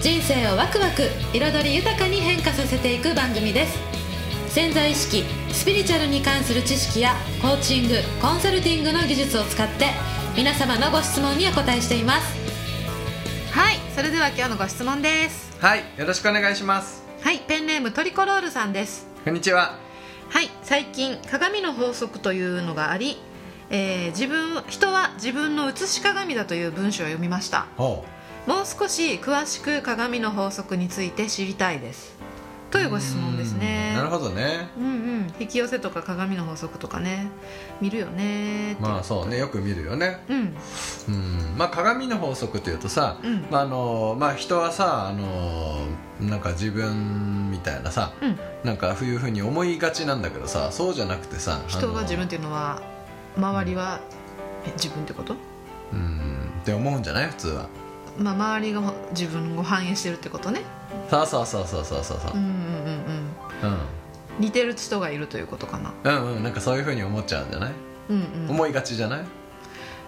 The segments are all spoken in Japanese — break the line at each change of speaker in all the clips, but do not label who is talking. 人生をワクワク彩り豊かに変化させていく番組です潜在意識スピリチュアルに関する知識やコーチングコンサルティングの技術を使って皆様のご質問にお答えしていますはいそれでは今日のご質問です
はいよろしくお願いします
はいペンネームトリコロールさんです
こんにちは
はい最近鏡の法則というのがあり、えー自分人は自分の写し鏡だという文章を読みました
ほ
もう少し詳しく鏡の法則について知りたいですというご質問ですね
なるほどね
うんうん引き寄せとか鏡の法則とかね見るよねっていう
まあそうねよく見るよね
うん
うんまあ鏡の法則というとさ、
うん
まああのまあ、人はさあのなんか自分みたいなさ
うん
なんかそういうふうに思いがちなんだけどさそうじゃなくてさ
人は自分っ
で
ていうのは周りはえ自分ってこと
うんって思うんじゃない普通は
まあ周りが自分を反映してるってことね
そうそうそうそうそうそうそう
うんうんうんうん
うん
似てる人がいるということかな
うんうんなんかそういうふうに思っちゃうんじゃない、
うんうん
思いがちじゃない、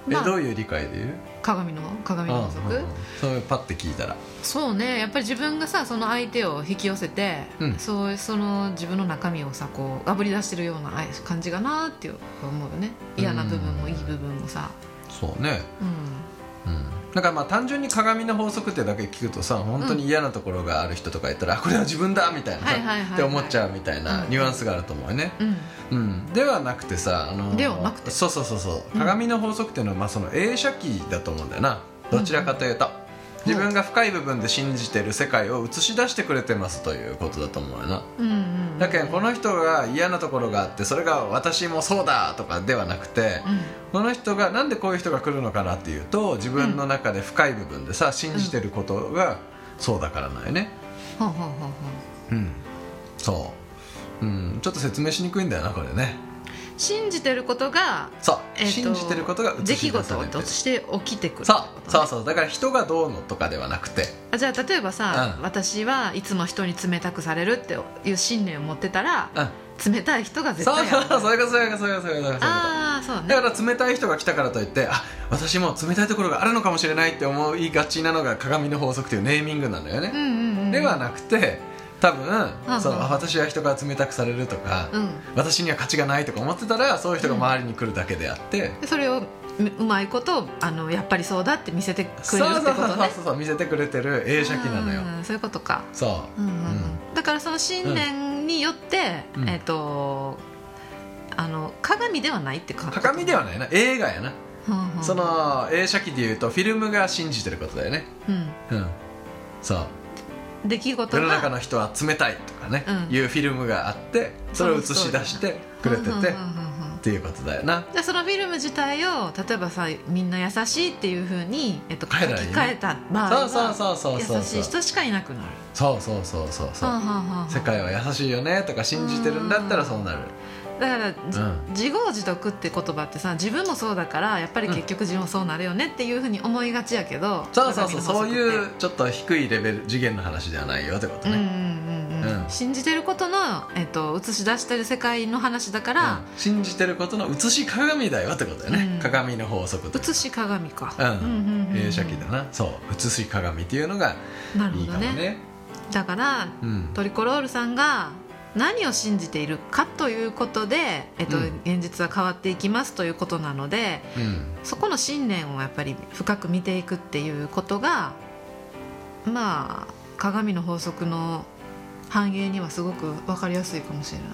まあ
えどういう理解で言う
鏡の鏡の法則、
うんうんうんそういうパッて聞いたら
そうねやっぱり自分がさその相手を引き寄せて、
うん
そうその自分の中身をさこうあぶり出してるようなあ感じかなっていう思うよね嫌な部分も
うん
いい部分もさ、
そうね
うん、
うんだからまあ単純に鏡の法則ってだけ聞くとさ本当に嫌なところがある人とかいたら、あこれは自分だみたいなさ、
はいはいはいはい
って思っちゃうみたいな
うん
ニュアンスがあると思うよね、
うん
うん、ではなくてさ、あのー
ではなくて
そうそうそうそう
うん
鏡の法則っていうのは、まあ、その映写機だと思うんだよなどちらかというと、
うん
自分が深い部分で信じてる世界を映し出してくれてますということだと思うよな
うんうん
だけどこの人が嫌なところがあってそれが私もそうだとかではなくて、
うん
この人がなんでこういう人が来るのかなっていうと自分の中で深い部分でさ信じてることがそうだからなんよね
ほうほうほうほう
うんそう、うん、ちょっと説明しにくいんだよなこれね
信じてることが、
そう、
えーと
信じてることが
出
映し
来
出さ
事
れて
と
る
して起きてくるって
そ
ことね
うそうそうだから人がどうのとかではなくて
あじゃあ例えばさ、
うん
私はいつも人に冷たくされるっていう信念を持ってたら
うん
冷たい人が絶
そう
対や
そ
る
うそうそういうことそういうことそういうことそういうこと
ああそうね
だから冷たい人が来たからといってあ私も冷たいところがあるのかもしれないって思いがちなのが鏡の法則というネーミングなのよね、
うんうんうん
ではなくて多分、
うん
そう私は人が冷たくされるとか、
うん
私には価値がないとか思ってたらそういう人が周りに来るだけであって、
でそれをううまいことあのやっぱりそうだって見せてく
そうそう
れるって
そう
ことね
そうそう見せてくれてる映写機なのよ、
うんそういうことか、
そ
うんうんうん
う
だからその信念によって、
うん
えっ、とあの鏡ではないって
う
か
鏡ではないな映画やな、
うんうん
その映写機でいうとフィルムが信じてることだよね
うん
うんそう
出来事
世の中
が
の人は冷たいとかね、
うん
いうフィルムがあってそれを映し出してくれてて、
うんうんうんうん
っ
うん
ていうことだよな
じゃあそのフィルム自体を例えばさみんな優しいっていうふうに、えっと、書き
変えたらいいね
換えた場合
そうそう
は
そうそうそう
優し
そ
いう人しかいなくなる
そうそうそうそうそう
はあはあはあ
世界は優しいよねとか信じてるんだったらそうなる
だからじ、
うん
自業自得って言葉ってさ自分もそうだからやっぱり結局自分もそうなるよねっていうふうに思いがちやけど、
そうそうそうそうい
鏡の法則
う
って
ちょっと低いレベル次元の話ではないよってこと
う
ね、
んうんうんうん
うん
信じてることの、えっと映し出してる世界の話だから、
うん信じてることの映し鏡だよってことだよね、
うん
鏡の法則と
映し鏡か、
うん
うんうんうん
映写機だなそう映し鏡っていうのが
なる
い
ほ
いか
ど
も
ね
ね
だから
うん
トリコロールさんが何を信じているかということで、えっと
うん
現実は変わっていきますということなので
うん
そこの信念をやっぱり深く見ていくっていうことがまあ鏡の法則の反映にはすごく分かりやすいかもしれない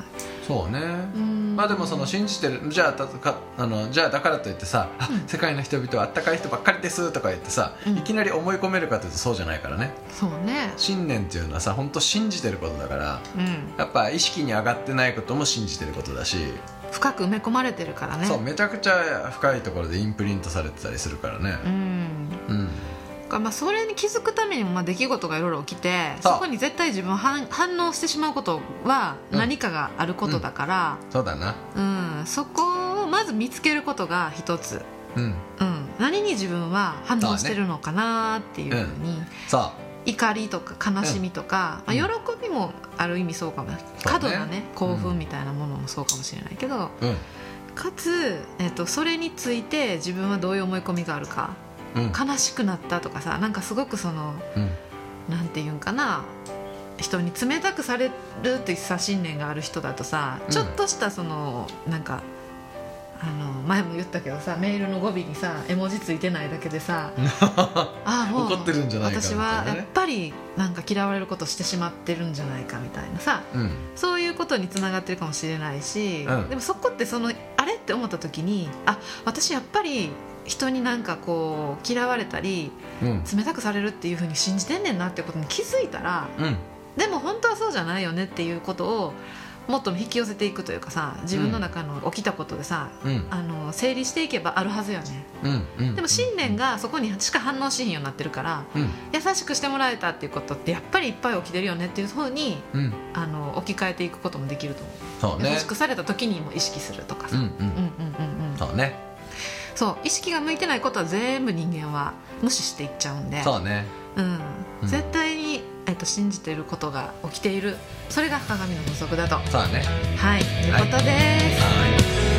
そうね
うん
まあでもその信じてるじゃあたかあのじゃあだからといってさ、あ
うん
世界の人々はあったかい人ばっかりですとか言ってさ、
うん
いきなり思い込めるかというとそうじゃないからね
そうね
信念っていうのはさ本当信じてることだから
うん
やっぱ意識に上がってないことも信じてることだし、
深く埋め込まれてるからね
そうめちゃくちゃ深いところでインプリントされてたりするからね
うん
うん、
だか、まあ、それに気づくためにもまあ出来事がいろいろ起きて
そ
そうこに絶対自分反反応してしまうことは
うん
何かがあることだから、
そうだな
うんそこをまず見つけることが一つ、
うん
うん、何に自分は反応してるのかなっていうふうに
そう
怒りとか悲しみとか、
うん
まあ、喜びもある意味そうかも、過度なね興
う
奮
ん
みたいなものもそうかもしれないけど、
うん
かつ、えっと、それについて自分はどういう思い込みがあるか
うん
悲しくなったとかさなんかすごくその
うん
なんていうんかな人に冷たくされるっていうさ信念がある人だとさ
うん
ちょっとしたその、なんかあの前も言ったけどさメールの語尾にさ絵文字ついてないだけでさああもう
怒ってるんじゃないかみた
私
いな
は
ね
やっぱりなんか嫌われることしてしまってるんじゃないかみたいなさ
うん
そういうことにつながってるかもしれないし、
うん
でもそこってそのあれって思った時にあ私やっぱり人になんかこう嫌われたり
うん
冷たくされるっていうふうに信じてんねんなってことに気づいたら
うん
でも本当はそうじゃないよねっていうことをもっと引き寄せていくというかさ自分の中の起きたことでさ、
うん
あの整理していけばあるはずよね
うんうん
でも信念がそこにしか反応しへんようになってるから
うん
優しくしてもらえたっていうことってやっぱりいっぱい起きてるよねっていうふうに
うん
あの置き換えていくこともできると
そ
思う。
うね
優しくされた時にも意識するとか
う
さ、
ん
う、
うん
うんうんんうん
そうね
そう意識が向いてないことは全部人間は無視していっちゃうんで
そうね
うん
うん
絶対に、えっと、信じていることが起きているそれが鏡の法則だと
そうね
はいということです、
はい